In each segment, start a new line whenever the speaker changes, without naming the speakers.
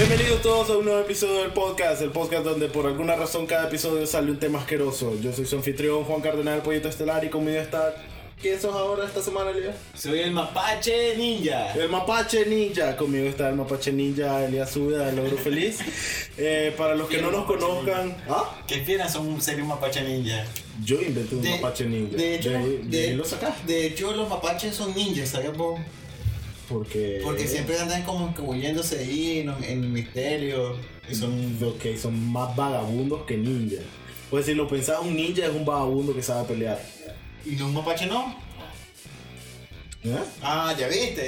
bienvenidos a un nuevo episodio del podcast, el podcast donde por alguna razón cada episodio sale un tema asqueroso. Yo soy su anfitrión Juan Cardenal, el Pollito Estelar, y conmigo está... ¿Quién sos ahora esta semana, Elías?
Soy el mapache ninja.
El mapache ninja, conmigo está el mapache ninja Elías Suda, el logro feliz. Eh, para los que no nos conozcan, ¿ah?
¿Qué piensas son ser un mapache ninja?
yo inventé un mapache ninja.
De hecho,
De ahí- de
de-
ahí lo sacaste.
de hecho, los mapaches son ninjas, ¿sabes? po?
Porque,
Porque siempre andan como que huyéndose ahí en, en el misterio. Y son.
Ok, son más vagabundos que ninjas. Pues si lo pensás, un ninja es un vagabundo que sabe pelear.
¿Y no un mapache no?
¿Eh?
Ah, ya viste,
Sí,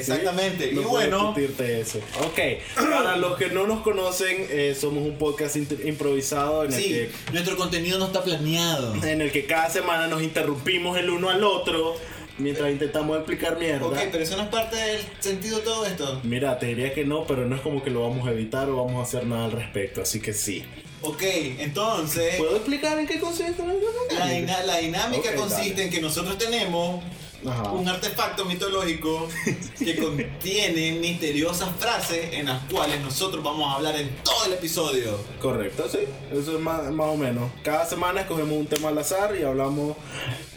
no
exactamente. y
puedo
bueno,
discutirte eso. Ok, para los que no nos conocen, eh, somos un podcast int- improvisado en el
sí,
que
nuestro contenido no está planeado.
en el que cada semana nos interrumpimos el uno al otro mientras intentamos explicar mierda.
Ok, pero eso no es parte del sentido de todo esto.
Mira, te diría que no, pero no es como que lo vamos a evitar o vamos a hacer nada al respecto, así que sí.
Ok, entonces.
¿Puedo explicar en qué consiste la
La, dina- la dinámica
Ok,
consiste
dale.
en que nosotros tenemos
Ajá.
un artefacto mitológico que contiene misteriosas frases en las cuales nosotros vamos a hablar en todo el episodio.
Correcto, sí. Eso es más, más o menos. Cada semana escogemos un tema al azar y hablamos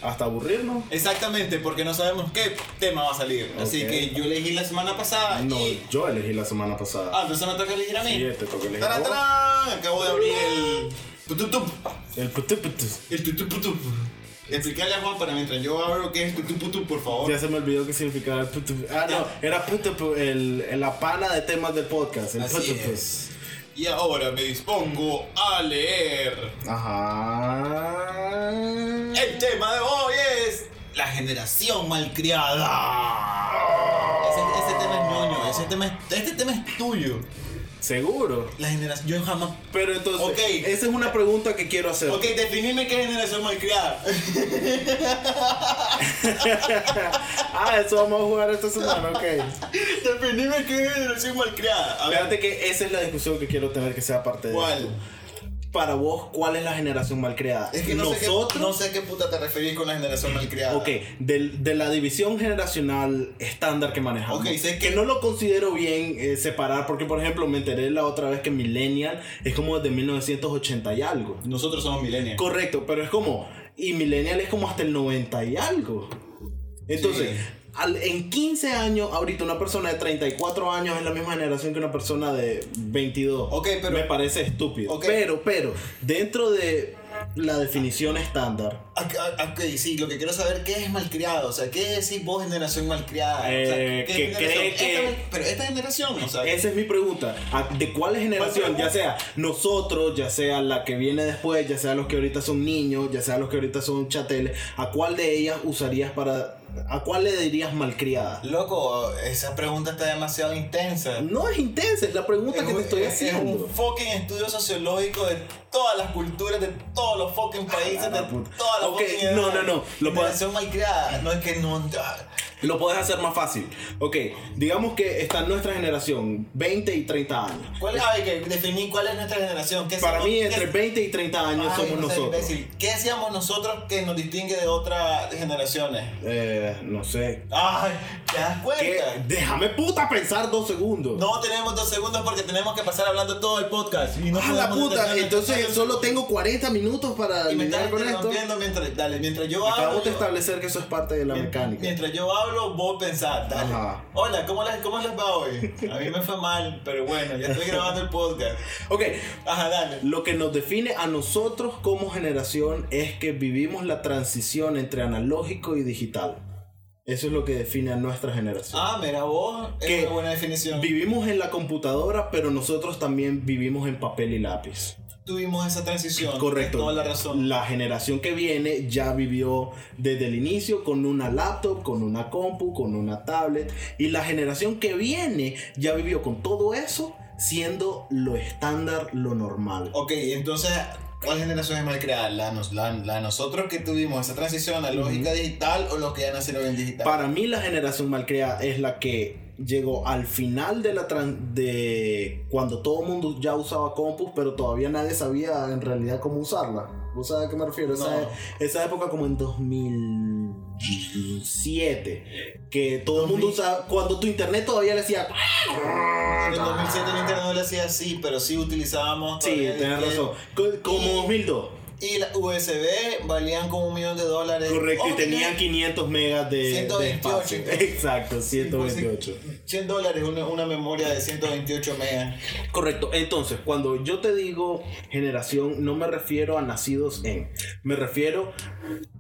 hasta aburrirnos.
Exactamente, porque no sabemos qué tema va a salir. Así
Ok.
que yo elegí la semana pasada
No,
y...
yo elegí la semana pasada.
Ah, entonces me toca elegir a mí.
Sí, te toca elegir a
¡Tarán,
vos.
tarán! Acabo de abrir el... tututup,
El putu putu.
El tutuputup. Explicarle a Juan para mientras yo abro qué es tutuputup, por favor.
Ya se me olvidó que significaba el putu. Ah, no, era putu, pu- el, el- la pana de temas del podcast. El
Así
putu, pu.
es. Y ahora me dispongo a leer.
Ajá.
El tema de hoy es la generación malcriada. Ese, ese tema es ñoño, ese tema es- este tema es tuyo.
Seguro.
La generación, yo jamás.
Pero entonces,
Ok.
esa es una pregunta que quiero hacer.
Ok, definime qué es generación malcriada.
ah, eso vamos a jugar esta semana, ok.
definime qué es generación malcriada. A ver,
Fíjate que esa es la discusión que quiero tener que sea parte de.
¿cuál?
Para vos, ¿cuál es la generación mal creada?
Es que no, sé qué, no sé a qué puta te referís con la generación malcriada.
Ok, del- de, la división generacional estándar que manejamos.
Ok, sé
que
que-
no lo considero bien eh, separar, porque por ejemplo me enteré la otra vez que Millennial es como de 1980 y algo.
Nosotros somos millennials.
Correcto, pero es como, y Millennial es como hasta el 90 y algo. Entonces,
Sí.
al- en 15 años, ahorita una persona de 34 años es la misma generación que una persona de 22.
Ok, pero-
Me parece estúpido.
Ok.
Pero, pero, dentro de la definición estándar,
Ok, Ah, ok, sí, lo que quiero saber qué es malcriado, o sea, qué decís vos generación malcriada, o sea,
Eh,
¿qué
que
generación?
cree que-
Esta- pero esta generación, o sea,
Esa es mi pregunta. ¿A- ¿De cuál generación? Ya sea nosotros, ya sea la que viene después, ya sea los que ahorita son niños, ya sea los que ahorita son chateles, ¿a cuál de ellas usarías para... ¿A cuál le dirías malcriada?
Loco, esa pregunta está demasiado intensa.
No es intensa, es la pregunta que
un-
te estoy
es- Es
haciendo.
un fucking estudio sociológico de todas las culturas, de todos los fucking países,
Ah, la
de
puta.
todas las
Ok,
fucking
no,
edades.
no, no, lo puedo-
Generación malcriada, no es que no... ah,
Lo puedes hacer más fácil. Ok, digamos que está nuestra generación, 20 y 30 años.
¿Cuál es, ay, que definí cuál es nuestra generación? ¿Qué
Para
somos-
mí,
qué-
entre 20 y 30
Ay,
años somos
no seas
nosotros.
imbécil. ¿Qué hacíamos nosotros que nos distingue de otras generaciones?
Eh, no sé.
Ay, ¿te das cuenta?
¿Qué? Déjame puta pensar dos segundos.
No tenemos dos segundos porque tenemos que pasar hablando todo el podcast. Y no
Ah, la
podemos
puta,
detenernos.
entonces solo tengo 40 minutos para
Y me
lidiar
estás
con esto.
interrumpiendo mientras, dale, mientras yo hablo.
Acabamos de establecer que eso es parte de la mecánica.
Mientras yo hablo, vos pensás, dale.
Ajá.
Hola, ¿cómo les, ¿cómo les va hoy? A mí me fue mal, pero bueno, ya estoy grabando el podcast.
Ok,
Ajá, dale.
lo que nos define a nosotros como generación es que vivimos la transición entre analógico y digital. Eso es lo que define a nuestra generación.
Ah, mira, vos,
¿Qué?
es una buena definición.
Vivimos en la computadora, pero nosotros también vivimos en papel y lápiz.
Tuvimos esa transición.
Correcto.
Toda la razón.
La generación que viene ya vivió desde el inicio con una laptop, con una compu, con una tablet. Y la generación que viene ya vivió con todo eso siendo lo estándar, lo normal.
Ok, entonces, ¿cuál generación es mal creada? ¿La, nos- la, la de nosotros que tuvimos esa transición a lógica digital o los que ya nacieron en digital?
Para mí la generación malcriada es la que llegó al final de la tran- de cuando todo el mundo ya usaba compus, pero todavía nadie sabía en realidad cómo usarla. ¿Vos sabés a qué me refiero? Esa,
No.
esa época como en 2000 2007, que todo el mundo usaba, cuando tu internet todavía le "Ah, hacía...
En 2007 el internet no lo hacía así, pero sí utilizábamos.
Sí,
todavía el
tenés
disquete.
razón. Co- Como 2002.
Y la USB valían como un millón de dólares.
Correcto, y
Oh,
tenía
tenés
500 megas de, de
128.
espacio. Exacto, 128.
100 dólares, una, una memoria de 128 megas.
Correcto, entonces cuando yo te digo generación, no me refiero a nacidos en, me refiero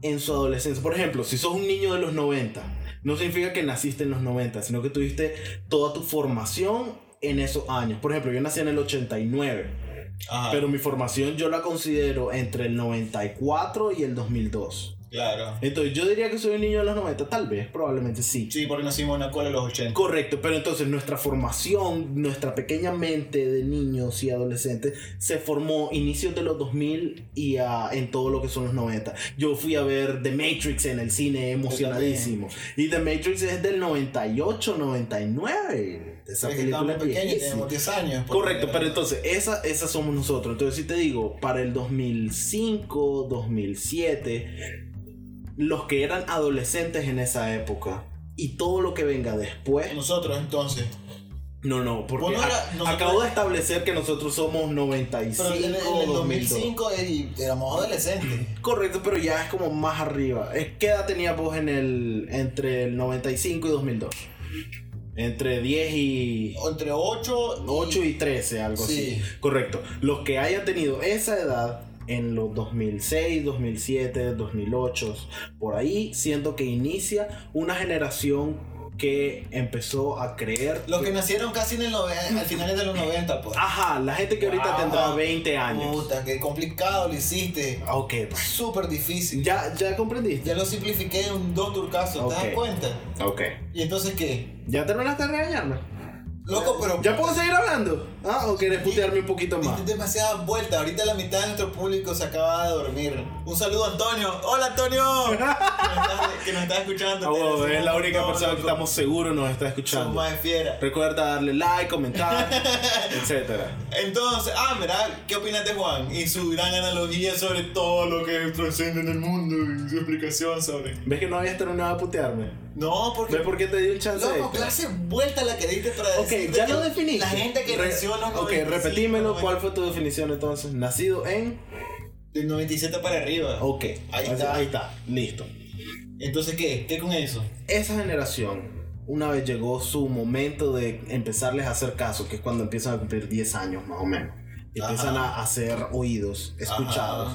en su adolescencia. Por ejemplo, si sos un niño de los 90, no significa que naciste en los 90, sino que tuviste toda tu formación en esos años. Por ejemplo, yo nací en el 89,
Ajá.
pero mi formación yo la considero entre el 94 y el 2002.
claro.
Entonces yo diría que soy un niño de los 90, tal vez, probablemente sí.
Sí, porque nacimos en la cola de los 80.
Correcto, pero entonces nuestra formación, nuestra pequeña mente de niños y adolescentes se formó inicios de los 2000 y ah, en todo lo que son los 90. Yo fui a ver The Matrix en el cine emocionadísimo. Y The Matrix es del 98, 99. Esa
Es que
película
estábamos
es
pequeños,
viejísima.
teníamos 10 años. porque-
Correcto, pero entonces, esa, esas somos nosotros. Entonces, si te digo, para el 2005, 2007, los que eran adolescentes en esa época y todo lo que venga después.
Nosotros entonces.
No, no, porque
Bueno, era-
ac-
nosotros-
acabo de establecer que nosotros somos 95
Pero en, el- en el
2005.
2005 eh, éramos adolescentes.
Correcto, pero ya es como más arriba. Es- ¿Qué edad tenías vos en el, entre el 95 y 2002? Entre 10 y...
Entre 8,
8 y 13, algo
Sí.
así. Correcto. Los que hayan tenido esa edad en los 2006, 2007, 2008, por ahí, siento que inicia una generación que empezó a creer...
Los que nacieron casi en el nove- al finales de los 90, pues.
Ajá, la gente que ahorita
Ah,
tendrá 20 años.
Puta, qué complicado lo hiciste.
Ah, Ok, pues.
Súper difícil.
Ya, ya comprendiste.
Ya lo simplifiqué en un dos turcasos, ¿te
Ok.
das cuenta?
Ok.
¿Y entonces qué?
¿Ya terminaste de regañarme?
Loco, pero
¿Ya puedo seguir hablando? Ah, o querés putearme un poquito más.
diste demasiadas vueltas. Ahorita la mitad de nuestro público se acaba de dormir. Un saludo, Antonio. ¡Hola, Antonio! que, nos está, que nos está escuchando.
Ah, huevo, es la única persona que
estamos
estamos seguros nos está
Son
escuchando.
más de fiera.
Recuerda darle like, comentar, etcétera.
Entonces, ah, mira, ¿qué opinas de Juan? Y su gran analogía sobre todo lo que trasciende en el mundo y su explicación sobre.
¿Ves que no habías terminado de putearme?
No, porque.
¿Ves por qué te di un chance
Loco,
extra?
clase vuelta la que diste para
Ok,
decirte
ya
que
lo definí.
La gente que nació en los
Ok,
95,
repetímelo.
bueno,
¿Cuál fue tu definición entonces? Nacido en.
Del 97 para arriba.
Ok.
Ahí está.
Ahí está. Listo.
Entonces, ¿qué? ¿Qué con eso?
esa generación, una vez llegó su momento de empezarles a hacer caso, que es cuando empiezan a cumplir 10 años más o menos. Y
Ajá.
Empiezan a, a ser oídos, escuchados.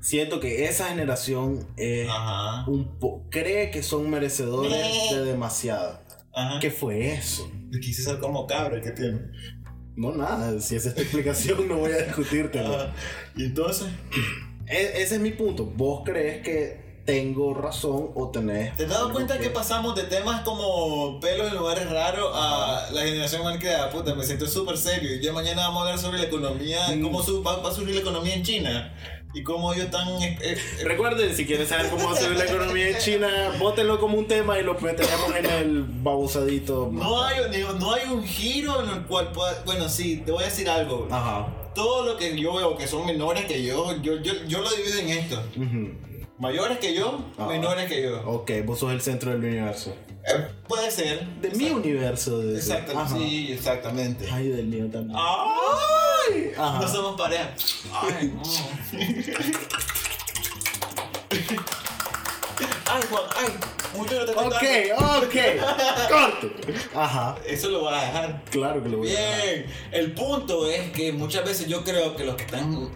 Siento que esa generación eh,
Ajá.
un po- cree que son merecedores
Eh.
de demasiado.
Ajá.
¿Qué fue eso?
Le quise ser como cabra que tiene.
No, nada, si es esta explicación no voy a discutírtelo.
Ajá. Y entonces,
E- ese es mi punto. ¿Vos crees que tengo razón o tenés...
¿te has dado cuenta que pasamos de temas como pelos en lugares raros a la generación mal creada? Puta, me siento súper serio. Y ya mañana vamos a hablar sobre la economía,
Mm.
cómo su- va, va a surgir la economía en China y cómo ellos están. eh, eh,
Recuerden, si quieren saber cómo hacer la economía en China, bótenlo como un tema y lo tenemos en el babosadito.
No hay, un- no hay un giro en el cual pueda. Bueno, sí, te voy a decir algo.
Ah. Ajá.
Todo lo que yo veo que son menores que yo, yo, yo, yo lo divido en esto:
Ujú.
mayores que yo,
Ah.
menores que yo.
Ok, vos sos el centro del universo.
Eh, puede ser.
De mi universo. De
Exacto,
Ajá.
sí, exactamente.
Ay, del mío también.
¡Ay!
Ajá.
No somos pareja. Ay, no. ay, Juan, ay. Mucho no te
Ok,
contaron.
ok. Corto. Ajá.
Eso lo vas a dejar.
Claro que lo voy a dejar.
Bien. El punto es que muchas veces yo creo que los que están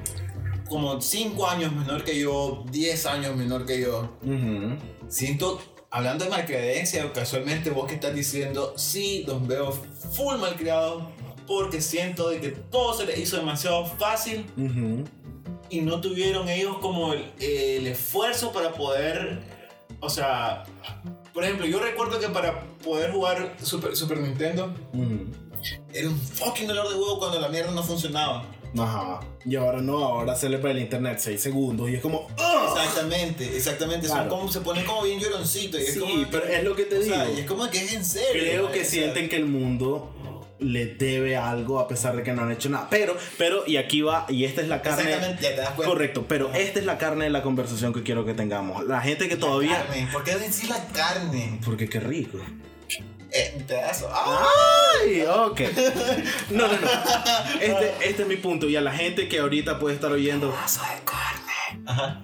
como 5 años menor que yo, 10 años menor que yo,
Ujú.
siento. Hablando de malcriadencia, casualmente vos que estás diciendo, sí, los veo full malcriados porque siento de que todo se les hizo demasiado fácil
Ujú.
y no tuvieron ellos como el, el esfuerzo para poder, o sea, por ejemplo, yo recuerdo que para poder jugar Super, Super Nintendo
Ujú.
era un fucking dolor de huevo cuando la mierda no funcionaba.
Ajá. Y ahora no, ahora sale para el internet 6 segundos y es como. ¡ah!
Exactamente, exactamente. Son
Claro.
como, se ponen como bien lloroncitos. Y es
Sí,
como que-
pero es lo que te
o sea,
digo.
y es como que es en serio.
Creo
¿no?
que
O sea,
sienten que el mundo le debe algo a pesar de que no han hecho nada. Pero, pero, y aquí va, y esta es la carne.
Exactamente, ya te das cuenta.
Correcto, pero esta es la carne de la conversación que quiero que tengamos. La gente que todavía.
Carne. ¿Por qué decir la carne?
Porque qué rico.
Eh, un pedazo. ¡Ah!
¡Ay! Ok. No, no, no. Este, este es mi punto. Y a la gente que ahorita puede estar oyendo.
Pedazo de carne. Ajá.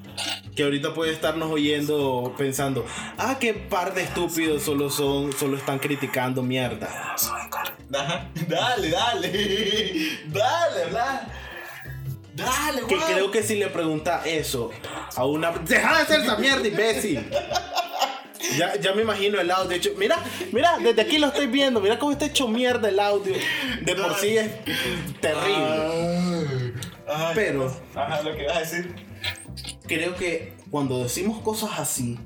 que ahorita puede estarnos oyendo pensando, ah, qué par de estúpidos solo son, solo están criticando mierda.
Pedazo de carne. Ajá. Dale, dale. Dale, bla. Dale,
Que
guau.
creo que si le pregunta eso a una... Deja de hacer esa mierda, imbécil. Ya, ya me imagino el audio. hecho, mira, mira, desde aquí lo estoy viendo. Mira cómo está hecho mierda el audio. De por sí es terrible.
Ay.
Pero-
Ajá, lo que vas a decir.
Creo que cuando decimos cosas así,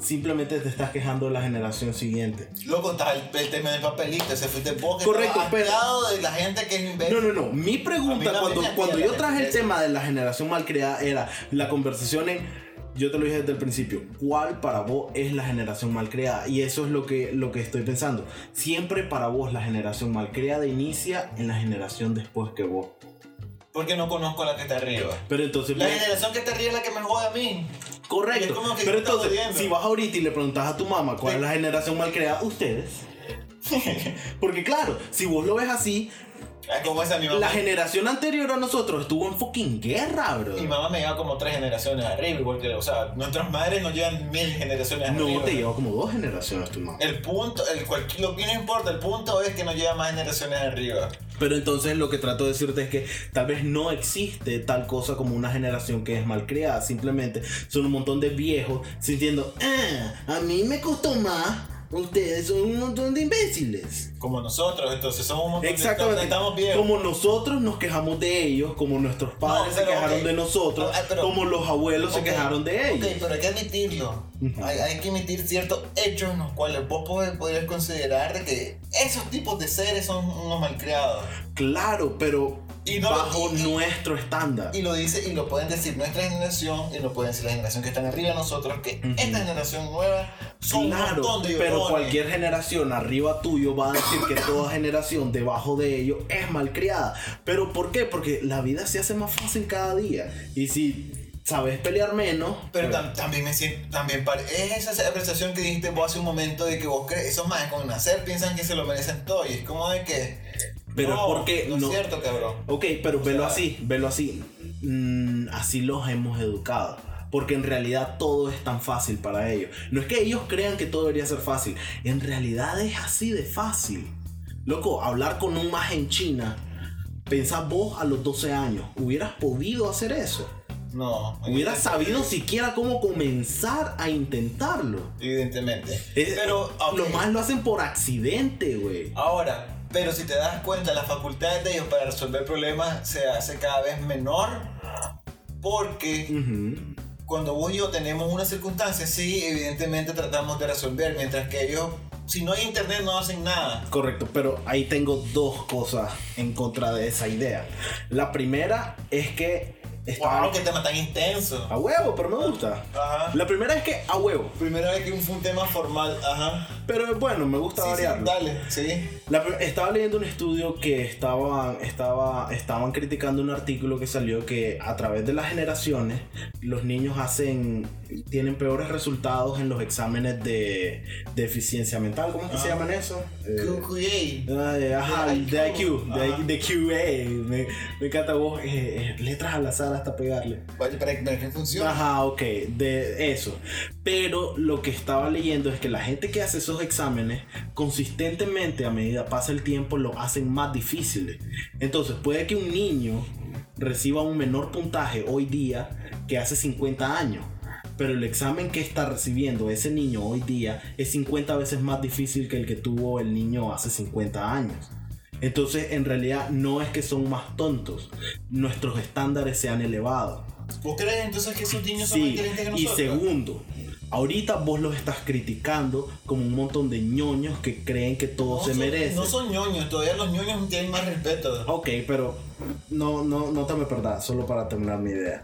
simplemente te estás quejando de la generación siguiente.
Loco, está el, el tema del papelito, se fuiste vos que
Correcto,
estabas
pero-
hastiado de la gente que es imbécil.
No, no, no. Mi pregunta
A mí la
cuando,
verdad,
cuando
la
yo
verdad,
traje el
eso.
tema de la generación malcriada era la conversación en. Yo te lo dije desde el principio. ¿Cuál para vos es la generación malcriada? Y eso es lo que, lo que estoy pensando. Siempre para vos la generación malcriada inicia en la generación después que vos.
Porque no conozco a la que está arriba.
Pero entonces.
La
me-
generación que está arriba es la que me jode a mí.
correcto.
es como que
Pero
estás
entonces,
odiando.
si vas ahorita y le preguntas a tu mamá cuál
Sí.
es la generación malcriada, ustedes. Porque claro, si vos lo ves así,
Es Ah, como esa mi mamá.
la generación anterior a nosotros estuvo en fucking guerra, bro.
Mi mamá me lleva como tres generaciones arriba, igual que, o sea, nuestras madres nos llevan mil generaciones
No,
arriba.
te lleva como dos generaciones tu mamá.
El punto, el cual, lo que no importa, el punto es que nos lleva más generaciones arriba.
Pero entonces lo que trato de decirte es que tal vez no existe tal cosa como una generación que es malcriada. Simplemente son un montón de viejos sintiendo, ah, a mí me costó más. Ustedes son un montón de imbéciles.
Como nosotros, entonces somos un montón de-
Exactamente.
estamos bien.
Como nosotros nos quejamos de ellos, como nuestros padres se
pero,
quejaron
ok.
de nosotros,
Ah, pero-
como los abuelos
Ok,
se quejaron de ellos.
Ok, pero hay que admitirlo.
Ujú.
Hay, hay que admitir ciertos hechos en los cuales vos podés, podrías considerar de que esos tipos de seres son unos malcriados.
Claro, pero
Y no lo-
bajo
y- y-
nuestro estándar.
Y lo dice y lo pueden decir nuestra generación y lo pueden decir la generación que están arriba de nosotros, que
Ujú.
esta generación nueva son un
Claro,
montón de
pero
llorones.
cualquier generación arriba tuyo va a decir que toda generación debajo de ellos es malcriada. ¿Pero por qué? Porque la vida se hace más fácil cada día. Y si sabes pelear menos.
Pero
pues,
tam- también me siento, también pare- es esa apreciación que dijiste vos hace un momento de que vos crees, esos más con nacer piensan que se lo merecen todo y es como de que...
Pero
no,
porque
no,
no-
es cierto, cabrón.
Ok, pero velo
sea-
así, velo así. Mm, así los hemos educado. Porque en realidad todo es tan fácil para ellos. No es que ellos crean que todo debería ser fácil. En realidad es así de fácil. Loco, hablar con un más en China. Pensás vos a los 12 años. ¿Hubieras podido hacer eso?
No.
¿Hubieras sabido siquiera cómo comenzar a intentarlo?
Evidentemente.
Es-
pero ok,
Los más lo hacen por accidente, güey.
ahora, pero si te das cuenta, las facultades de ellos para resolver problemas se hace cada vez menor porque
Ujú.
cuando vos y yo tenemos una circunstancia, sí, evidentemente tratamos de resolver, mientras que ellos, si no hay internet, no hacen nada.
Correcto, pero ahí tengo dos cosas en contra de esa idea. La primera es que está
Wow, qué tema tan intenso.
a huevo, pero me gusta.
Ajá.
La primera es que a huevo,
Primera vez que fue un tema formal, ajá.
pero bueno, me
Sí,
gusta
sí,
variarlo. Eh.
dale, sí.
La pr- estaba leyendo un estudio que estaban, estaba, estaban criticando un artículo que salió que a través de las generaciones los niños hacen, tienen peores resultados en los exámenes de, de eficiencia mental. ¿Cómo es que se
Ah.
llaman eso? Eh,
QQA.
Ay, ajá,
De
el de
IQ,
IQ, de,
ajá.
de QA. Me, me encanta vos, eh, eh, letras al azar hasta pegarle.
Vaya, para para que funcione.
Ajá, ok, de eso. Pero lo que estaba leyendo es que la gente que hace esos exámenes consistentemente a medida pasa el tiempo lo hacen más difíciles. Entonces puede que un niño reciba un menor puntaje hoy día que hace 50 años. Pero el examen que está recibiendo ese niño hoy día es 50 veces más difícil que el que tuvo el niño hace 50 años. Entonces, en realidad, no es que son más tontos. Nuestros estándares se han elevado.
¿Vos crees entonces que esos niños son más
Sí,
inteligentes que
y
nosotros?
segundo, ahorita vos los estás criticando como un montón de ñoños que creen que todo
no
se
son,
merece.
No son ñoños, todavía los ñoños tienen más respeto.
Ok, pero no, no, no te me perdás, solo para terminar mi idea.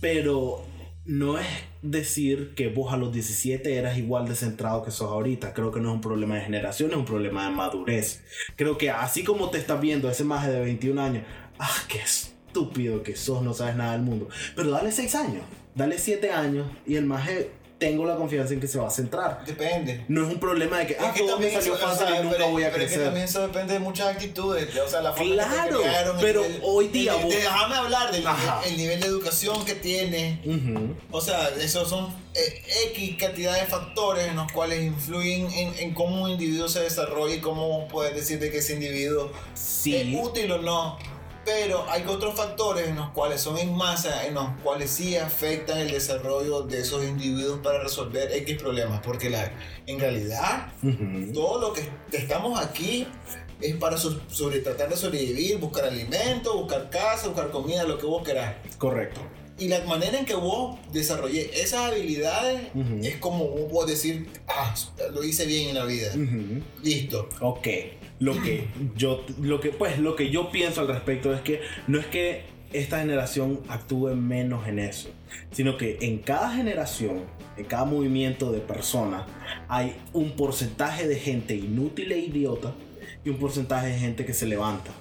Pero no es decir que vos a los 17 eras igual de centrado que sos ahorita. Creo que no es un problema de generación, es un problema de madurez. Creo que así como te estás viendo ese maje de 21 años, ah, qué estúpido que sos, no sabes nada del mundo. Pero dale 6 años, dale 7 años y el maje tengo la confianza en que se va a centrar.
Depende.
No es un problema de que, ah,
Es que
todo me
también
salió
eso- o
fatal
sea,
y nunca
pero-
voy a
pero es que también
crecer.
eso depende de muchas actitudes. O sea, la forma en que te
Claro,
criaron, el
pero
nivel-
hoy día
el-
vos-
de- Déjame hablar del
Ajá.
nivel- el nivel de educación que tienes.
Ujú.
O sea, esos son eh, X cantidad de factores en los cuales influyen en, en cómo un individuo se desarrolla y cómo vos podés decir de que ese individuo
Sí.
es útil o no. Pero hay otros factores en los cuales son en masa, en los cuales sí afectan el desarrollo de esos individuos para resolver X problemas. Porque la, en realidad
Ujú.
todo lo que estamos aquí es para so- sobre tratar de sobrevivir, buscar alimento, buscar casa, buscar comida, lo que vos querás.
Correcto.
Y la manera en que vos desarrollé esas habilidades
Ujú.
es como vos podés decir, ah, lo hice bien en la vida.
Ujú.
Listo.
Ok. Lo que yo lo que pues lo que yo pienso al respecto es que no es que esta generación actúe menos en eso, sino que en cada generación, en cada movimiento de personas hay un porcentaje de gente inútil e idiota y un porcentaje de gente que se levanta.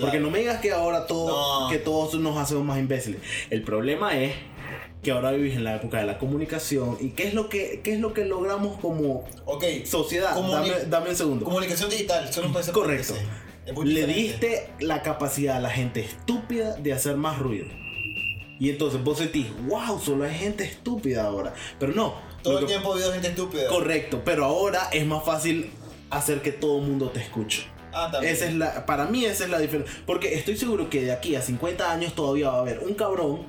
Porque no me digas que ahora todo,
No.
que todos nos hacemos más imbéciles. El problema es que ahora vivís en la época de la comunicación y qué es lo que qué es lo que logramos como
Ok,
sociedad.
Comuni-
Dame, dame un segundo.
comunicación digital, solo puede ser
Correcto.
PPC. Es muy
Le
diferente.
diste la capacidad a la gente estúpida de hacer más ruido. Y entonces vos sentís, wow, solo hay gente estúpida ahora. Pero no.
Todo
lo
el
que-
tiempo ha habido gente estúpida.
Correcto, pero ahora es más fácil hacer que todo el mundo te escuche.
Ah, también.
Esa es la, para mí esa es la diferencia. Porque estoy seguro que de aquí a 50 años todavía va a haber un cabrón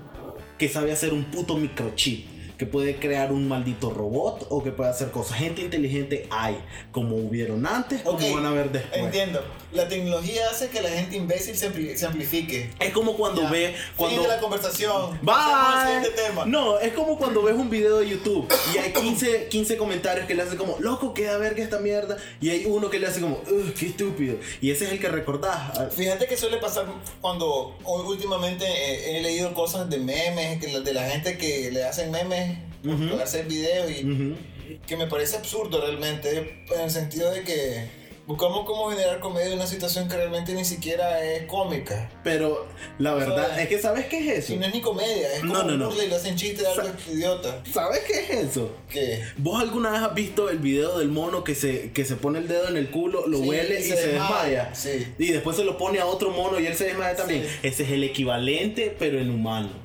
que sabe hacer un puto microchip. Que puede crear un maldito robot o que puede hacer cosas. Gente inteligente hay. Como hubieron antes, como
Ok,
van a haber después.
Entiendo. La tecnología hace que la gente imbécil se, ampli- se amplifique.
Es como cuando
Ya.
ve
Fin
cuando
de la conversación. Pasemos al
Bye.
siguiente este tema.
No, es como cuando ves un video de YouTube y hay 15, 15 comentarios que le hacen como, loco, queda verga esta mierda. Y hay uno que le hace como, "Ugh, qué estúpido. Y ese es el que recordás. Ah,
Fíjate que suele pasar cuando hoy últimamente eh, he leído cosas de memes, que la- de la gente que le hacen memes,
Ujú.
por hacer videos y
ujú.
que me parece absurdo realmente, en el sentido de que buscamos cómo generar comedia de una situación que realmente ni siquiera es cómica.
Pero la verdad
Joder.
es que, ¿sabes qué es
Y no
eso?
es ni comedia, es como
No, no, no.
burla y le hacen chiste de algo idiota.
¿Sabes qué es eso?
Que
¿Vos alguna vez has visto el video del mono que se, que se pone el dedo en el culo, lo
Sí,
huele y se, desmaya?
Sí.
Y después se lo pone a otro mono y él se desmaya también.
Sí.
Ese es el equivalente, pero en humano.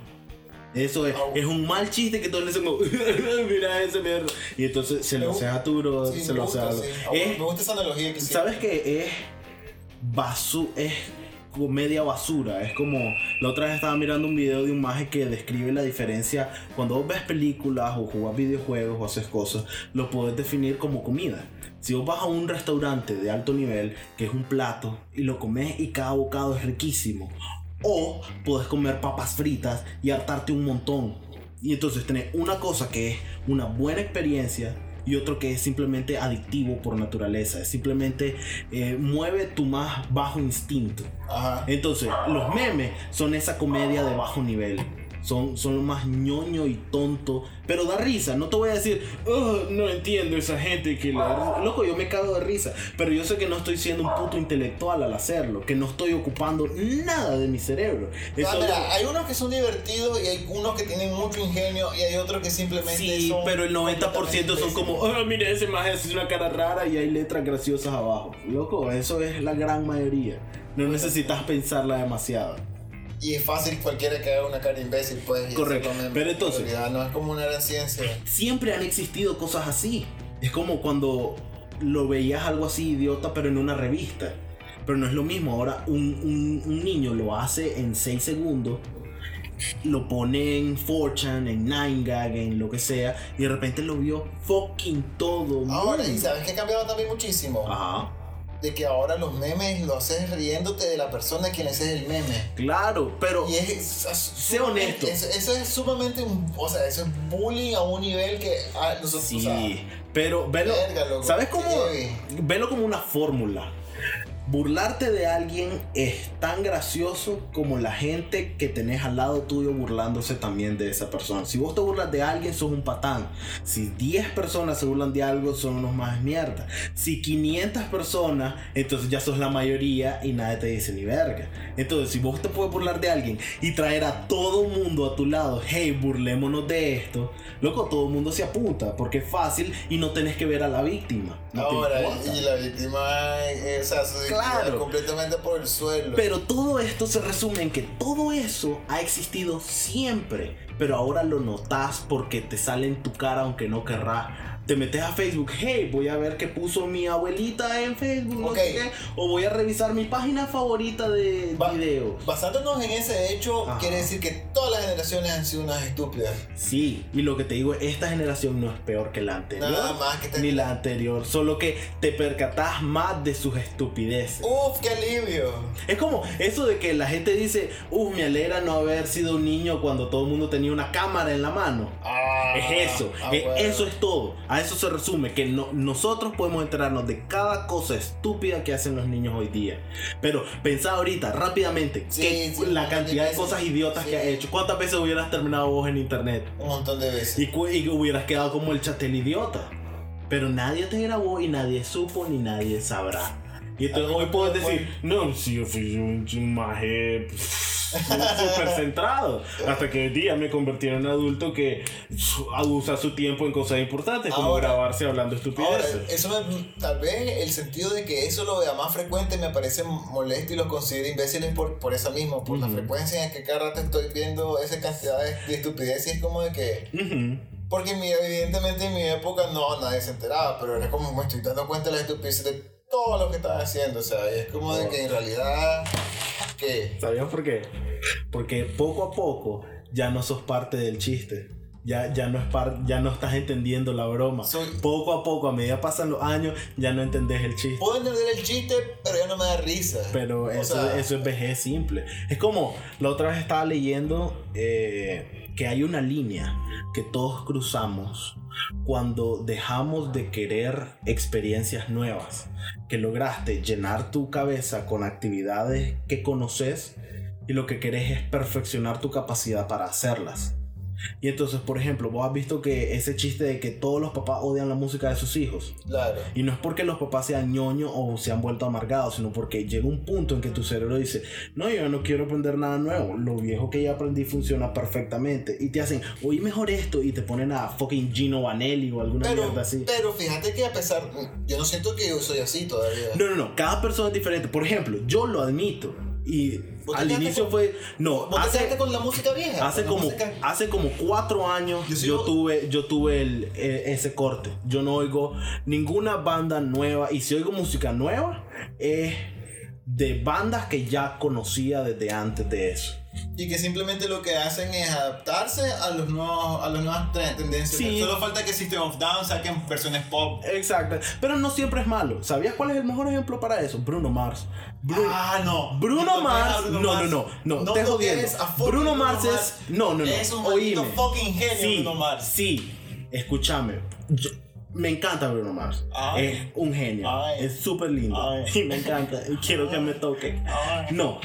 Eso es,
Au.
es un mal chiste que todos le dicen como, mira ese mierda. Y entonces se lo
Me
hace
gu-
a tu bro,
Sí,
se
me
lo hace
gusta,
a lo-
sí. Ah,
Es-
bueno, Me gusta esa analogía que sí.
¿Sabes qué? Es basu es comedia basura. Es como. La otra vez estaba mirando un video de un maje que describe la diferencia. Cuando vos ves películas o jugás videojuegos o haces cosas, lo podés definir como comida. Si vos vas a un restaurante de alto nivel, que es un plato, y lo comes y cada bocado es riquísimo. O podés comer papas fritas y hartarte un montón. Y entonces tenés una cosa que es una buena experiencia y otro que es simplemente adictivo por naturaleza. Es simplemente eh, mueve tu más bajo instinto.
Ajá.
Entonces, los memes son esa comedia de bajo nivel. Son, son lo más ñoño y tonto. Pero da risa. No te voy a decir, "Ugh, no entiendo esa gente que la... da risa". Loco, yo me cago de risa. Pero yo sé que no estoy siendo un puto intelectual al hacerlo. Que no estoy ocupando nada de mi cerebro. Es
Ah,
solo-
mira, hay unos que son divertidos y hay unos que tienen mucho ingenio y hay otros que simplemente
Sí,
son
pero el 90% son como, oh, mire, ese maje es una cara rara y hay letras graciosas abajo. Loco, eso es la gran mayoría. No necesitas pensarla demasiado.
Y es fácil cualquiera que haga una cara imbécil, pues. y
Correcto.
hacerlo meme.
Pero entonces-
En realidad no es como una gran ciencia.
Siempre han existido cosas así. Es como cuando lo veías algo así idiota, pero en una revista. Pero no es lo mismo. Ahora un, un- un niño lo hace en 6 segundos. Lo pone en 4chan, en 9gag, en lo que sea. Y de repente lo vio fucking todo.
Ahora, y
mundo.
sabes que ha cambiado también muchísimo.
Ajá.
De que ahora los memes lo haces riéndote de la persona a quien haces el meme.
Claro, pero
Y es. es- es-
Sé honesto.
sumamente- es- Eso es sumamente. un- O sea, eso es bullying a un nivel que. ah, nosotros, o sea,
Sí, pero velo,
verga, loco,
¿sabes
qué
cómo?
heavy.
Velo como una fórmula. burlarte de alguien es tan gracioso como la gente que tenés al lado tuyo burlándose también de esa persona. Si vos te burlas de alguien, sos un patán. Si 10 personas se burlan de algo, son unos más mierda. Si 500 personas, entonces ya sos la mayoría y nadie te dice ni verga. Entonces, si vos te puedes burlar de alguien y traer a todo mundo a tu lado, hey, burlémonos de esto, loco, todo el mundo se apunta porque es fácil y no tenés que ver a la víctima. No te
Ahora,
importa.
y la víctima eh, o sea, se
Claro.
queda completamente por el suelo.
Pero todo esto se resume en que todo eso ha existido siempre, pero ahora lo notas porque te sale en tu cara aunque no querrás. Te metes a Facebook, hey, voy a ver qué puso mi abuelita en Facebook, no
Ok.
sé qué, o voy a revisar mi página favorita de
Va-
videos.
Basándonos en ese hecho,
Ajá.
quiere decir que todas las generaciones han sido unas estúpidas.
Sí, y lo que te digo, esta generación no es peor que la anterior.
Nada más que te-
Ni la anterior, solo que te percatás más de sus estupideces.
Uf, qué alivio.
Es como eso de que la gente dice, uff, me alegra no haber sido un niño cuando todo el mundo tenía una cámara en la mano. Es eso,
Ah,
eh,
bueno.
eso es todo. A eso se resume, que no- nosotros podemos enterarnos de cada cosa estúpida que hacen los niños hoy día. Pero pensá ahorita, rápidamente,
Sí,
que
sí,
la
sí,
cantidad de
sí,
cosas
sí.
idiotas que
Sí.
has hecho. ¿Cuántas veces hubieras terminado vos en internet?
Un montón de veces.
Y, cu- y hubieras quedado como el chatel idiota. Pero nadie te grabó y nadie supo ni nadie sabrá. Y entonces hoy puedes decir, no, sí, yo fui un un maje pf, súper centrado. Hasta que hoy día me convertí en un adulto que su- abusa su tiempo en cosas importantes, como
Ahora-
grabarse hablando
Ahora,
estupideces.
eso me- tal vez el sentido de que eso lo vea más frecuente me parece molesto y los considero imbéciles por, por eso mismo, por la
Ujú.
frecuencia en que cada rato estoy viendo esa cantidad de, de estupideces, como de que...
Ujú.
Porque mi- evidentemente en mi época no, nadie se enteraba, pero era como me estoy dando cuenta de las estupideces de todo lo que estaba haciendo, o sea, y es como de que en realidad... que
¿Sabías por qué? Porque poco a poco ya no sos parte del chiste. Ya, ya, no es par- ya no estás entendiendo la broma.
Soy-
Poco a poco, a medida pasan los años, ya no entendés el chiste.
Puedo entender el chiste, pero ya no me da risa.
Pero
O
eso,
sea,
eso es vejez simple. Es como, la otra vez estaba leyendo eh, que hay una línea que todos cruzamos cuando dejamos de querer experiencias nuevas. Que lograste llenar tu cabeza con actividades que conoces y lo que querés es perfeccionar tu capacidad para hacerlas. Y entonces, por ejemplo, vos has visto que ese chiste de que todos los papás odian la música de sus hijos.
Claro.
Y no es porque los papás sean ñoños o se han vuelto amargados, sino porque llega un punto en que tu cerebro dice, no, yo no quiero aprender nada nuevo, lo viejo que ya aprendí funciona perfectamente. Y te hacen, oye mejor esto, y te ponen a fucking Gino Vanelli o alguna
Pero,
mierda así.
pero fíjate que a pesar, yo no siento que yo soy así todavía.
No, no, no, cada persona es diferente. Por ejemplo, yo lo admito. Y
¿Vos te
al
quedaste
inicio
con-
fue, no,
¿Vos te
hace,
quedaste con la música vieja?
Hace
con la
como,
música-
hace como cuatro años
Yo
yo,
sí lo-
tuve, yo tuve el, eh, ese corte. Yo no oigo ninguna banda nueva. Y si oigo música nueva, es de bandas que ya conocía desde antes de eso.
Y que simplemente lo que hacen es adaptarse a los nuevos, a las nuevas tre- tendencias.
Sí.
Solo-
Solo falta que System of Down saquen versiones pop.
Exacto. Pero no siempre es malo. ¿Sabías cuál es el mejor ejemplo para eso? Bruno Mars. Bruno,
Ah, no.
Bruno
No,
Mars.
Bruno
no,
Mars.
no, no, no.
No
te
toques
jodiendo.
a fucking
Bruno
Bruno
Mars es.
Mars.
No, no, no.
Es un maldito
Oíme.
fucking genio
Sí,
Bruno Mars.
sí, escúchame. Yo- me encanta Bruno Mars.
Ay.
Es un genio.
Ay.
Es súper lindo.
Ay.
Y me encanta. Y quiero que me toque.
Ay.
No.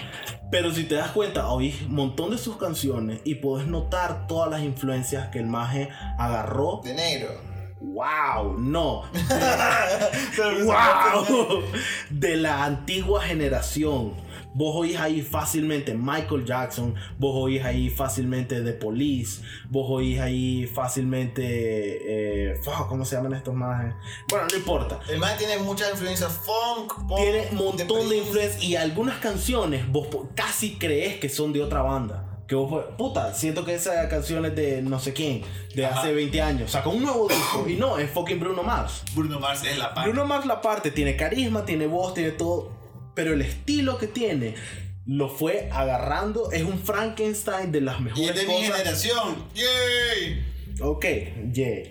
Pero si te das cuenta, oís un montón de sus canciones y podés notar todas las influencias que el maje agarró.
De negro.
¡Wow! No.
Wow.
¡Wow! De la antigua generación. Vos oís ahí fácilmente Michael Jackson, vos oís ahí fácilmente The Police, vos oís ahí fácilmente. eh, fuck, ¿Cómo se llaman estos más? Bueno, no importa.
El man tiene muchas influencias funk, pop.
Tiene un
de
montón de
Prince.
influencias y algunas canciones vos po- casi crees que son de otra banda. Que vos, fue- puta, siento que esa canción es de no sé quién, de
Ajá.
hace 20 años. Sacó un nuevo disco y no, es fucking Bruno Mars.
Bruno Mars es la parte.
Bruno Mars la parte tiene carisma, tiene voz, tiene todo, pero el estilo que tiene lo fue agarrando, es un Frankenstein de las
Y es
mejores
de mi
cosas.
generación. ¡Yay!
ok, yeah.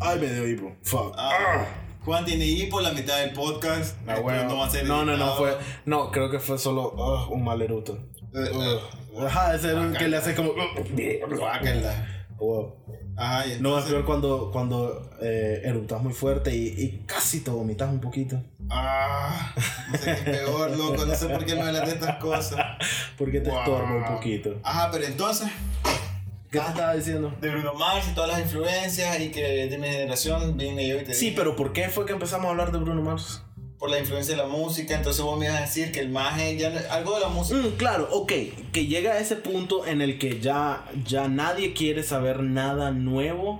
Ay, me dio hipo. Fuck.
Ah, Juan tiene hipo la mitad del podcast.
Ah,
Este
Esto
bueno.
no va a ser
no, no, no,
editado.
fue. No, creo que fue solo ah, un mal eruto.
Eh, eh,
Ajá, ese era el que le haces como.
Guácala.
Wow.
Ajá, y
No, es
entonces-
peor cuando, cuando eh, eructas muy fuerte y, y casi te vomitas un poquito.
Ah, no sé qué es peor, loco. No sé por qué me hablas de estas cosas.
Porque te
Wow.
estorba un poquito.
Ajá, pero entonces,
¿Qué te estaba diciendo?
de Bruno Mars y todas las influencias y que de mi generación vine yo y te
Sí,
dije,
pero ¿por qué fue que empezamos a hablar de Bruno Mars?
por la influencia de la música, entonces vos me ibas a decir que el maje, ya, algo de la música.
Mm, claro, ok. Que llega a ese punto en el que ya, ya nadie quiere saber nada nuevo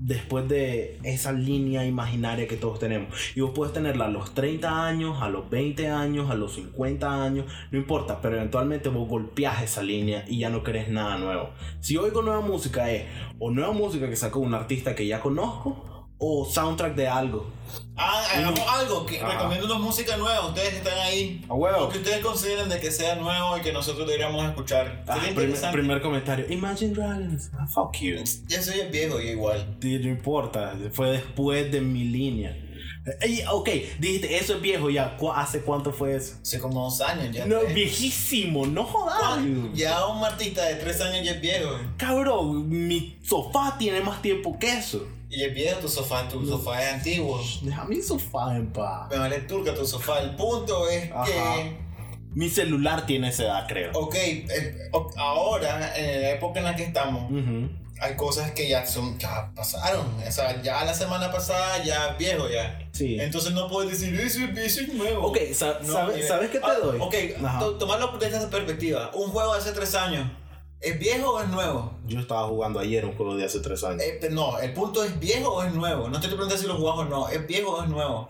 después de esa línea imaginaria que todos tenemos. Y vos puedes tenerla a los 30 años, a los 20 años, a los 50 años, no importa, pero eventualmente vos golpeás esa línea y ya no querés nada nuevo. Si oigo nueva música es o nueva música que sacó un artista que ya conozco o soundtrack de algo.
Ah, hagamos algo, que
Ajá.
recomiéndonos música nueva, ustedes que están ahí.
A huevo.
Lo que ustedes consideren de que sea nuevo y que nosotros deberíamos escuchar.
Ah,
Sería
primer,
interesante.
primer comentario. Imagine Dragons. ah, Fuck you.
Ya soy el viejo y igual.
Sí, No importa, fue después de mi línea. Y, ok, dijiste, eso es viejo ya. ¿Cu- ¿Hace cuánto fue eso?
Hace como dos años ya.
No,
Tres.
viejísimo, no jodas.
Ya un artista de tres años ya es viejo.
Cabrón, mi sofá tiene más tiempo que eso.
Y es viejo tu sofá, tu sofá es antiguo.
Deja mi sofá en paz.
Me vale turca tu sofá. El punto es
Ajá.
que,
Mi celular tiene esa edad, creo.
ok, eh, o- ahora, en la época en la que estamos,
Ujú.
hay cosas que ya son, ya pasaron. O sea, ya la semana pasada ya es viejo ya.
Sí.
Entonces no puedes decir, eso es eso es nuevo.
Ok, sa-
No,
sabe-
mire.
¿sabes qué te
Ah,
doy?
Ok,
Ajá.
to- tomarlo desde esa perspectiva. Un juego de hace tres años, ¿es viejo o es nuevo?
Yo estaba jugando ayer un juego de hace tres años.
Eh, pero no, el punto es viejo o es nuevo. No te estoy preguntando si lo jugamos o no. ¿Es viejo o es nuevo?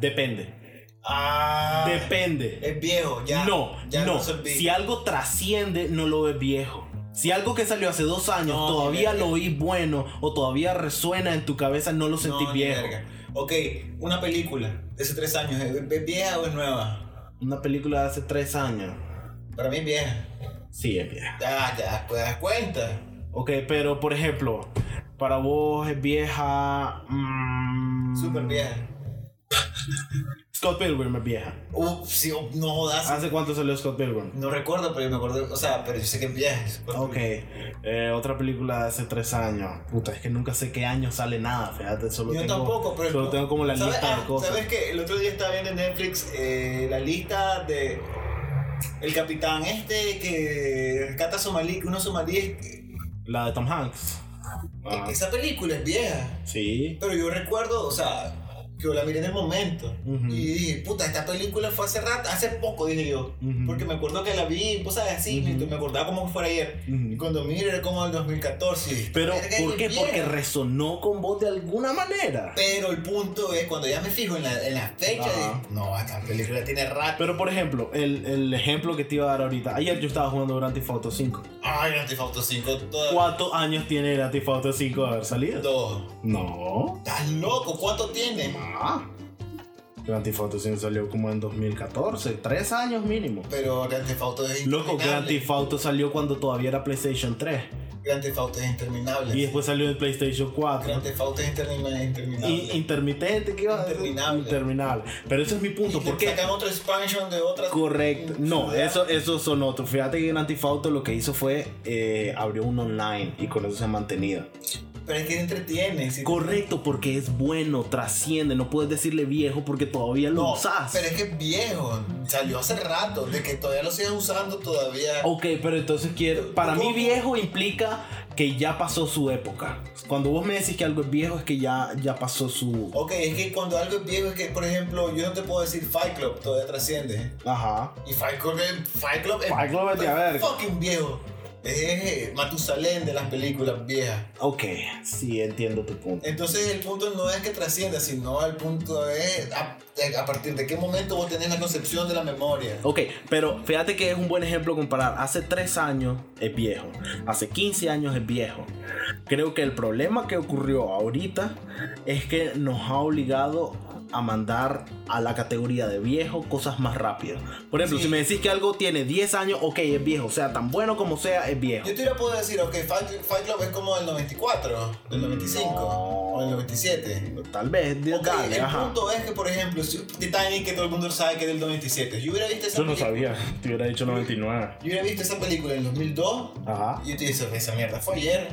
Depende.
Ah.
Depende.
es viejo, ya.
no,
ya
no.
lo resolví.
Si algo trasciende, no lo ves viejo. Si algo que salió hace dos años
No,
todavía
ni
lo oís bueno o todavía resuena en tu cabeza, no lo
No,
sentís
ni
viejo.
verga. Ok, una película de hace tres años, ¿es es vieja o es nueva?
Una película de hace tres años.
Para mí es vieja.
Sí, es vieja.
Ya, ya, te das cuenta.
Ok, pero por ejemplo, para vos es vieja. mm,
Súper vieja.
Scott Pilgrim es vieja.
Uf, sí, uf, no jodas.
¿Hace cuánto salió Scott Pilgrim?
No recuerdo, pero yo me acuerdo. O sea, pero yo sé que es vieja.
Ok, eh, otra película de hace tres años. Puta, es que nunca sé qué año sale nada, fíjate. Solo
Yo
tengo,
tampoco, pero.
solo tengo como la
¿Sabes?
lista
Ah,
de cosas.
¿Sabes qué? El otro día estaba viendo en Netflix eh, la lista de. El capitán este que rescata somalí, unos somalíes.
La de Tom Hanks. Ah,
Esa película Eh, es vieja.
sí.
Pero yo recuerdo, o sea, que yo la miré en el momento.
Ujú.
Y dije, puta, esta película fue hace rato, hace poco, dije yo.
Ujú.
Porque me acuerdo que la vi, pues sabes, así,
Ujú.
me acordaba como que fuera ayer. Y
Ujú.
cuando miro era como el 2014. y dije,
Pero,
"Verga,
¿por qué?
es
Porque
vieja".
resonó con vos de alguna manera.
Pero el punto es cuando ya me fijo en la, en la fecha,
Ajá.
de, no, esta película tiene rato.
Ah. Pero, por ejemplo, el, el ejemplo que te iba a dar ahorita. Ayer yo estaba jugando Grand Theft Auto 5.
Ay, Grand Theft Auto 5, toda,
¿Cuántos años tiene Grand Theft Auto 5 de haber salido?
dos.
No.
¿Estás loco? ¿Cuánto tiene?
Ah. Grand Theft Auto 5 salió como en 2014. Tres años mínimo.
Pero Grand Theft Auto es
Loco, Grand
interminable.
Theft Auto salió cuando todavía era PlayStation 3.
Grand Theft Auto es interminable.
Y después salió en PlayStation 4.
Grand Theft Auto es intermin- interminable.
In- intermitente, ¿qué iba a decir?
Interminable.
Interminable. Pero ese es mi punto.
¿Por
porque
qué? Sacan otro expansion de otra.
Correcto. No, eso, eso son otros. Fíjate que en Antifauto lo que hizo fue eh, abrió un online y con eso se ha mantenido.
Pero es que entretiene. si-
Correcto, porque es bueno, trasciende. No puedes decirle viejo porque todavía lo
No,
usas.
pero es que es viejo. Salió hace rato. De que todavía lo sigas usando, todavía.
Ok, pero entonces quiero. Para mí,
¿Cómo?
viejo implica que ya pasó su época. Cuando vos me decís que algo es viejo, es que ya, ya pasó su.
Ok, es que cuando algo es viejo, es que, por ejemplo, yo no te puedo decir Fight Club, todavía trasciende.
Ajá.
Y Fight Club es. Fight Club es.
Fight Club es de a verga.
Fucking viejo. Es eh, Matusalén de las películas viejas.
Ok, sí, entiendo tu punto.
Entonces el punto no es que trascienda, sino el punto es a, eh, a partir de qué momento vos tenés la concepción de la memoria.
Ok, pero fíjate que es un buen ejemplo comparar. Hace 3 años es viejo, hace 15 años es viejo. Creo que el problema que ocurrió ahorita es que nos ha obligado a mandar a la categoría de viejo cosas más rápidas. Por ejemplo,
Sí.
si me decís que algo tiene 10 años, ok, es viejo, sea tan bueno como sea, es viejo.
Yo te hubiera podido decir, ok, Fight, Fight Club es como del 94, del 95
No.
o del 97.
Tal vez, de
Ok,
dale,
el
ajá.
punto es que, por ejemplo, si- Titanic, que todo el mundo sabe que es del 97. Yo hubiera visto esa película-
te hubiera dicho 99.
Yo hubiera visto esa película en 2002
Ajá.
y yo te dice, esa mierda fue ayer.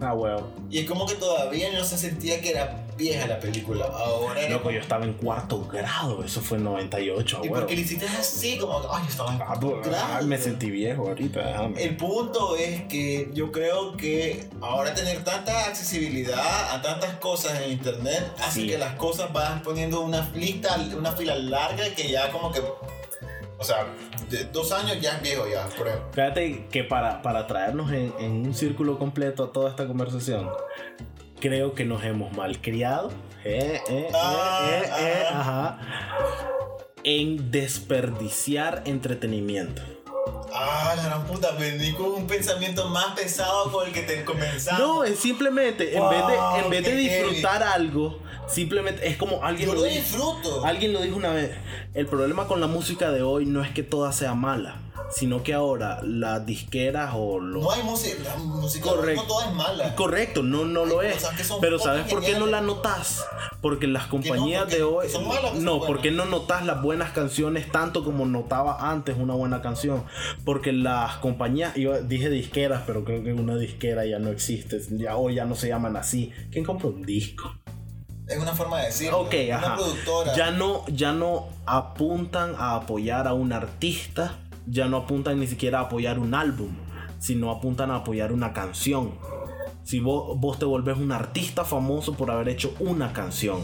Ah, huevo.
Y es como que todavía no se sentía que era vieja la película. Ahora era
Loco, pues, yo estaba en cuarto grado. Eso fue en 98, a
¿Y
huevo.
por qué le hiciste así? Como, ay, estaba en
Ah, pues, ah,
grado.
me sentí viejo ahorita. déjame.
El punto es que yo creo que ahora tener tanta accesibilidad a tantas cosas en internet hace
Sí.
que las cosas van poniendo una lista, una fila larga que ya como que, o sea, de dos años ya es viejo ya, creo.
Fíjate que para, para traernos en, en un círculo completo a toda esta conversación, creo que nos hemos malcriado. eh, eh, eh,
Ah,
eh, eh, ajá, En desperdiciar entretenimiento.
Ah, la gran puta, vení con un pensamiento más pesado con el que te comenzamos.
No, es simplemente, en
Wow,
vez de, en vez de
qué
disfrutar algo, simplemente es como alguien
yo
lo
lo
dijo.
disfruto.
Alguien lo dijo una vez, el problema con la música de hoy no es que toda sea mala, sino que ahora las disqueras o los...
No hay música, la música
Correcto.
no toda es mala.
Correcto, no, no lo
Hay
es.
cosas que son
Pero
pocas
¿sabes por qué no
geniales.
la notas? Porque las compañías
porque
de hoy...
son malas o que son
no,
buenas.
porque no notas las buenas canciones tanto como notaba antes una buena canción. Porque las compañías, yo dije disqueras, pero creo que una disquera ya no existe. Ya, hoy ya no se llaman así. ¿Quién compra un disco?
Es una forma de decirlo.
Ok,
una
ajá.
productora.
Ya no, ya no apuntan a apoyar a un artista, ya no apuntan ni siquiera a apoyar un álbum, sino apuntan a apoyar una canción. Si vos, vos te volvés un artista famoso por haber hecho una canción,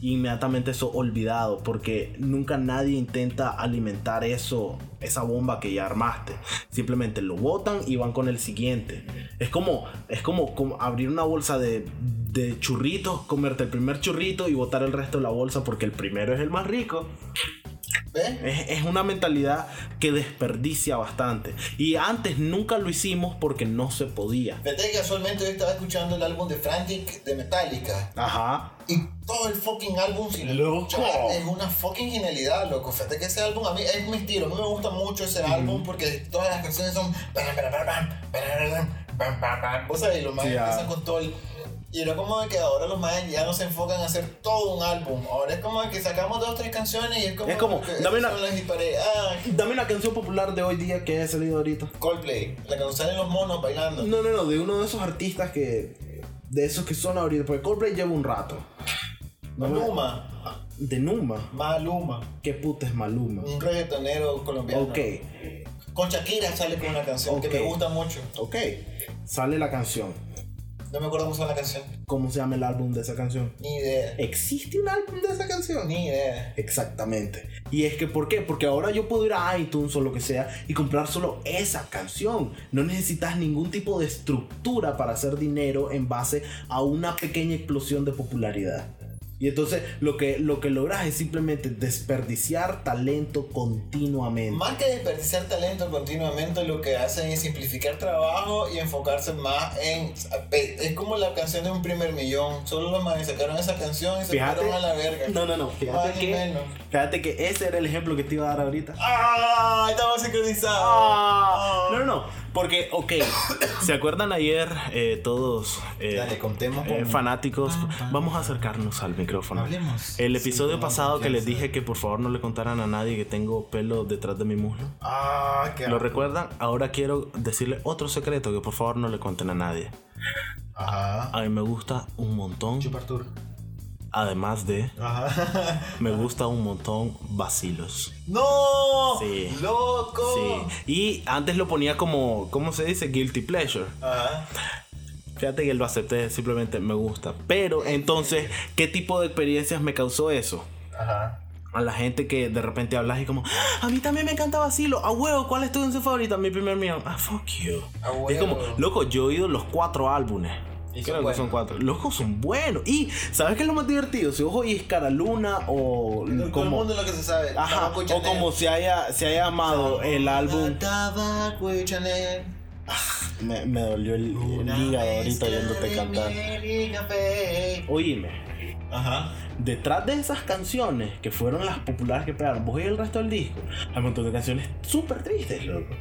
inmediatamente eso olvidado, porque nunca nadie intenta alimentar eso, esa bomba que ya armaste. Simplemente lo botan y van con el siguiente. Es como, es como, como abrir una bolsa de, de churritos, comerte el primer churrito y botar el resto de la bolsa porque el primero es el más rico.
¿Ves?
Es, es una mentalidad que desperdicia bastante. Y antes nunca lo hicimos porque no se podía.
Fíjate que casualmente yo estaba escuchando el álbum de Frantic de Metallica.
Ajá.
Y todo el fucking álbum, si lo
Loco.
escuchas, es una fucking genialidad, loco. Fíjate que ese álbum a mí es mi estilo. A mí me gusta mucho ese álbum porque todas las canciones son. bam, bam, bam, bam, bam, bam, bam, bam, bam. Vos sabés, los más
Sí, ya.
empiezan con todo el. Y era como de que ahora los más ya no se enfocan a hacer todo un álbum. Ahora es como de que sacamos dos o tres canciones y es como.
Es como,
que
dame
esas
una-
son las disparé. Ah,
Dame una canción popular de hoy día que haya salido ahorita.
Coldplay, la que salen los monos bailando.
No, no, no, de uno de esos artistas que. De esos que son ahorita. Porque Coldplay lleva un rato. No me-
Maluma,
De Numa.
Maluma,
¿Qué puta es Maluma?
un reggaetonero colombiano.
Ok,
Con Shakira sale con una canción
Ok.
que me gusta mucho.
ok. Sale la canción.
No me acuerdo cómo se llama la canción.
¿Cómo se llama el álbum de esa canción?
Ni idea.
¿Existe un álbum de esa canción?
Ni idea.
Exactamente. Y es que, ¿por qué? Porque ahora yo puedo ir a iTunes o lo que sea y comprar solo esa canción. No necesitas ningún tipo de estructura para hacer dinero en base a una pequeña explosión de popularidad. Y entonces lo que, lo que logras es simplemente desperdiciar talento continuamente.
Más que desperdiciar talento continuamente, lo que hacen es simplificar trabajo y enfocarse más en. Es como la canción de un primer millón. Solo los manes sacaron esa canción y se
Fíjate.
fueron a la verga.
No, no, no. Fíjate
Más ni
que,
menos.
fíjate que ese era el ejemplo que te iba a dar ahorita.
¡Ah! Estamos sincronizados.
Ah, No, no, no. Porque, ok, ¿se acuerdan ayer eh, todos eh,
Dale, contemos
eh,
con-
fanáticos? Vamos a acercarnos al micrófono.
Hablemos.
El
Sí,
episodio
con
pasado que les
confianza.
dije que por favor no le contaran a nadie que tengo pelo detrás de mi muslo.
Ah, qué.
¿Lo recuerdan? Ahora quiero decirle otro secreto que por favor no le cuenten a nadie.
Ajá.
A mí me gusta un montón,
Chupartur.
además de,
Ajá.
me gusta un montón vacilos.
¡No!
Sí.
¡Loco!
Sí. Y antes lo ponía como, ¿cómo se dice? Guilty pleasure.
Ajá.
Fíjate que lo acepté, simplemente me gusta. Pero entonces, ¿qué tipo de experiencias me causó eso?
Ajá.
A la gente que de repente hablas y como, "Ah, a mí también me encanta Basilo, a huevo, ¿cuál es tu canción favorita? Mi primer mío, ah, fuck you.
A huevo.
Y es como, loco, yo he oído los cuatro álbumes.
Y son
Creo que
buenos.
son cuatro. Loco, son buenos. Y, ¿sabes qué es lo más divertido? Si ojo y es Cara Luna o
Todo el
como.
mundo es lo que se sabe.
Ajá,
Tabaco y
o
Chanel.
como se haya, se haya llamado el álbum.
Tabaco y Chanel.
Me, me dolió el, el
Una
hígado ahorita
mezcla
oyéndote
de
cantar.
miel y café.
Oíme.
Ajá.
detrás de esas canciones que fueron las populares que pegaron, vos y el resto del disco, hay un montón de canciones súper tristes, loco.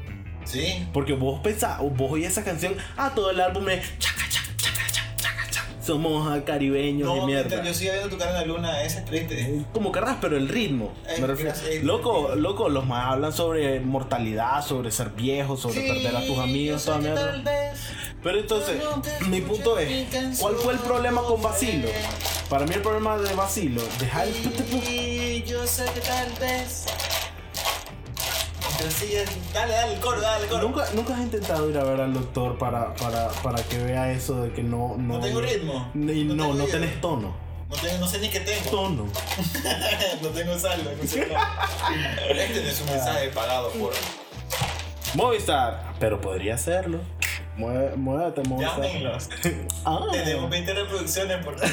Sí.
Porque vos pensás, o vos oís esa canción, ah, todo el álbum es chaca, chaca, chaca, chaca, chaca, chaca. somos caribeños de
No,
mierda.
yo sigo viendo tu cara en la luna, esa es triste.
Como querrás, pero el ritmo.
Eh,
me refiero.
gracias.
Loco, loco, los más hablan sobre mortalidad, sobre ser viejo, sobre perder a tus amigos, toda mierda. Pero entonces, mi punto es, ¿cuál fue el problema con Basilo? Para mí el problema de Basilo, dejar el...
Y yo sé que tal vez. Pero sí, dale, dale el coro, dale el coro.
¿Nunca, nunca has intentado ir a ver al doctor para, para, para que vea eso de que no... No,
No tengo ritmo.
Ni-
No
No, no,
tengo vida.
tenés tono.
No, tengo- no sé ni qué tengo.
Tono.
no tengo saldo. No sé nada. este no es un mensaje pagado por.
Movistar. Pero podría hacerlo. Mueve- Muévete, Movistar.
Llámenlos.
Ah.
Tenemos 20 reproducciones por. Ah,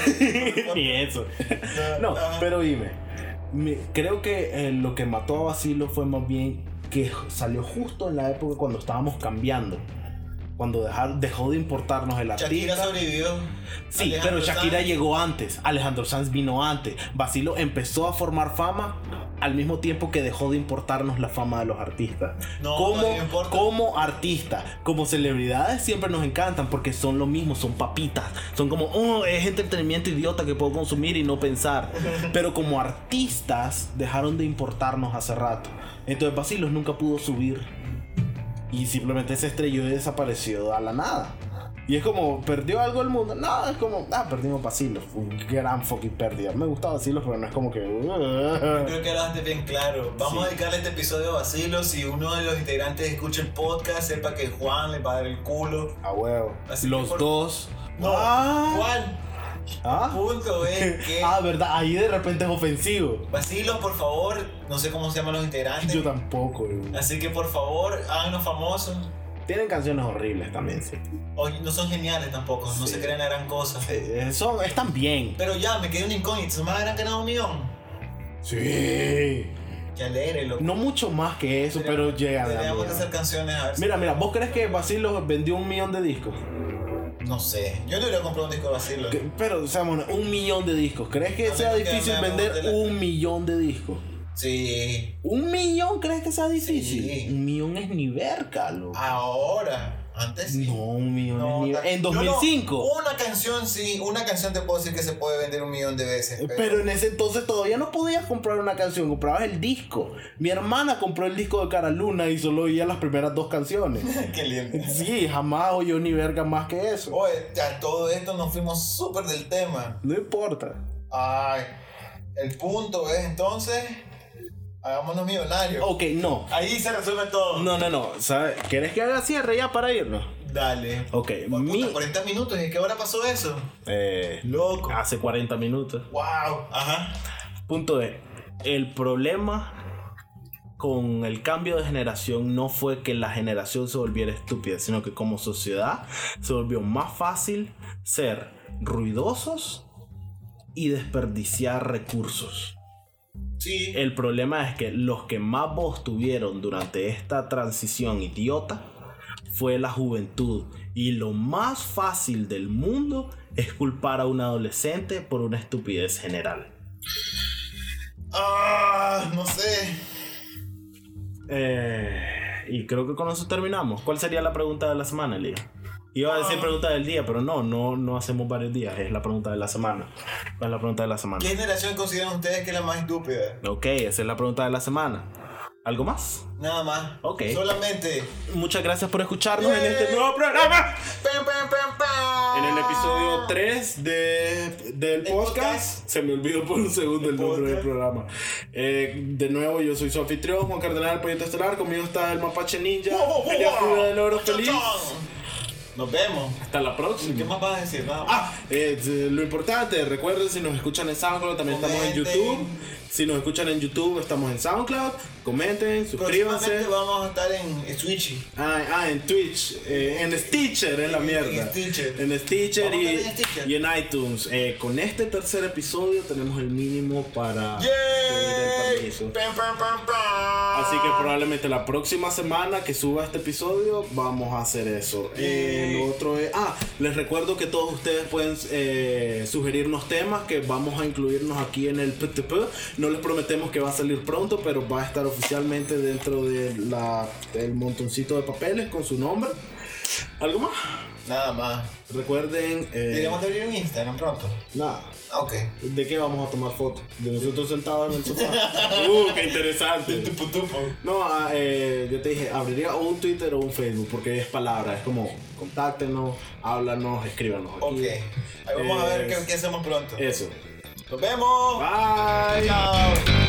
por-
Ni eso.
por-
No,
Ajá.
pero dime. me- creo que eh, lo que mató a Basilo fue más bien que j- salió justo en la época cuando estábamos cambiando. Cuando dejar, dejó de importarnos el
Shakira
artista.
sobrevivió.
Sí,
Alejandro
pero Shakira
Sanz.
llegó antes. Alejandro Sanz vino antes. Basilo empezó a formar fama al mismo tiempo que dejó de importarnos la fama de los artistas.
No,
como,
no me importa.
como artista, como celebridades siempre nos encantan porque son lo mismo, son papitas. Son como, oh, es entretenimiento idiota que puedo consumir y no pensar. Pero como artistas dejaron de importarnos hace rato. Entonces Basilos nunca pudo subir. Y simplemente se estrelló y desapareció a la nada. Y es como, ¿perdió algo el mundo? No, es como, ah, perdimos Basilos. Fue un gran fucking pérdida. Me gusta Basilos, pero no es como que...
Creo que hablaste bien claro. Vamos a dedicarle este episodio a Basilo. Si uno de los integrantes escucha el podcast, sepa que Juan le va a dar el culo.
A huevo.
Así que
Los
por-
dos.
No,
Ah.
Juan,
¿Ah?
punto es que.
Ah, verdad, ahí de repente es ofensivo.
Basilo, por favor, no sé cómo se llaman los integrantes.
Yo tampoco, güey.
Así que por favor, háganos famosos.
Tienen canciones horribles también, sí.
O- no son geniales tampoco, no
Sí.
se crean la gran cosa.
Eh, eh, son, están bien.
Pero ya, me quedé un incógnito. ¿Son más habrán ganado un millón?
Sí.
Que alegre, loco.
No mucho más que eso, pero llega de la
Deberíamos de
mierda.
hacer canciones a ver. si-
Mira, mira, ¿vos crees que Basilo vendió un millón de discos?
No sé. Yo no iría a comprar un disco de Basilo.
Que- Pero, o sea, bueno, un millón de discos. ¿Crees que
A
sea
menos que
difícil
ganemos de
vender
la-
un millón de discos?
Sí.
¿Un millón crees que sea difícil?
Sí.
Un millón es ni verga, loco.
Ahora. Antes sí.
No, un millón es ni
ta-
En
yo no.
2005.
una canción sí, una canción te puedo decir que se puede vender un millón de veces. Eh, Pero,
Pero en ese entonces todavía no podías comprar una canción, comprabas el disco. Mi hermana compró el disco de Cara Luna y solo oía las primeras dos canciones.
Qué lindo.
Sí, jamás oyó ni verga más que eso.
Oye, ya todo esto nos fuimos súper del tema.
No importa.
Ay, el punto es entonces, hagámonos millonarios.
Ok, no.
Ahí se resuelve todo.
No, no, no. ¿Sabes? ¿Querés que haga cierre ya para irnos?
Dale.
Ok,
Por
mi.
puta, 40 minutos, ¿en qué hora pasó eso?
Eh,
Loco.
hace 40 minutos.
Wow. Ajá.
Punto E. El problema con el cambio de generación no fue que la generación se volviera estúpida, sino que como sociedad se volvió más fácil ser ruidosos y desperdiciar recursos.
Sí.
El problema es que los que más voz tuvieron durante esta transición idiota fue la juventud. Y lo más fácil del mundo es culpar a un adolescente por una estupidez general.
Ah, no sé.
Eh, y creo que con eso terminamos. ¿Cuál sería la pregunta de la semana, Elías? Iba a decir
Ah.
pregunta del día, pero no, no, no hacemos varios días. Es la pregunta de la semana. ¿Cuál es la pregunta de la semana?
¿Qué generación consideran ustedes que es la más estúpida?
Ok, esa es la pregunta de la semana. ¿Algo más?
Nada más.
Ok.
Solamente.
Muchas gracias por escucharnos en
Yay.
este nuevo programa.
Pam, pam, pam, pam.
En el episodio 3 de, del
¿El
podcast.
podcast?
Se me olvidó por un segundo el,
¿El
nombre del
podcast?
programa. Eh, de nuevo, yo soy su anfitrión, Juan Cardenal, el Proyecto Estelar. Conmigo está el Mapache Ninja, Elías Figueroa del Oro
Chon,
Feliz.
chon. Nos vemos.
Hasta la próxima.
¿Qué más vas a decir? Nada más.
Mm. Ah, eh, eh, lo importante, recuerden si nos escuchan en SoundCloud, también estamos en
Comenten.
YouTube. Si nos escuchan en YouTube, estamos en SoundCloud. Comenten, suscríbanse.
Próximamente vamos a estar en Switchy.
Ah, ah, en Twitch, eh, en Stitcher, en la
En
mierda.
Stitcher.
En Stitcher
Vamos
y,
a tener Stitcher.
y en iTunes. Eh, con este tercer episodio tenemos el mínimo para pedir el
¡Yay!
Ah, permiso.
Pam, pam, pam, pam.
Así que probablemente la próxima semana que suba este episodio vamos a hacer eso. Eh, lo otro es... Ah, les recuerdo que todos ustedes pueden eh, sugerirnos temas que vamos a incluirnos aquí en el PTP. No les prometemos que va a salir pronto, pero va a estar oficialmente dentro de la- del montoncito de papeles con su nombre. ¿Algo más?
Nada más.
Recuerden. Eh,
Deberíamos de abrir un Instagram pronto.
nada.
Ok.
¿De qué vamos a tomar fotos? De nosotros sentados en el sofá. uh, qué interesante.
Tupu, tupu.
No, ah, eh, yo te dije, abriría o un Twitter o un Facebook, porque es palabra, es como contáctenos, háblanos, escríbanos. aquí.
Ok. Ahí vamos a ver
Es-
qué, qué hacemos pronto.
Eso.
Nos vemos.
Bye.
Chao.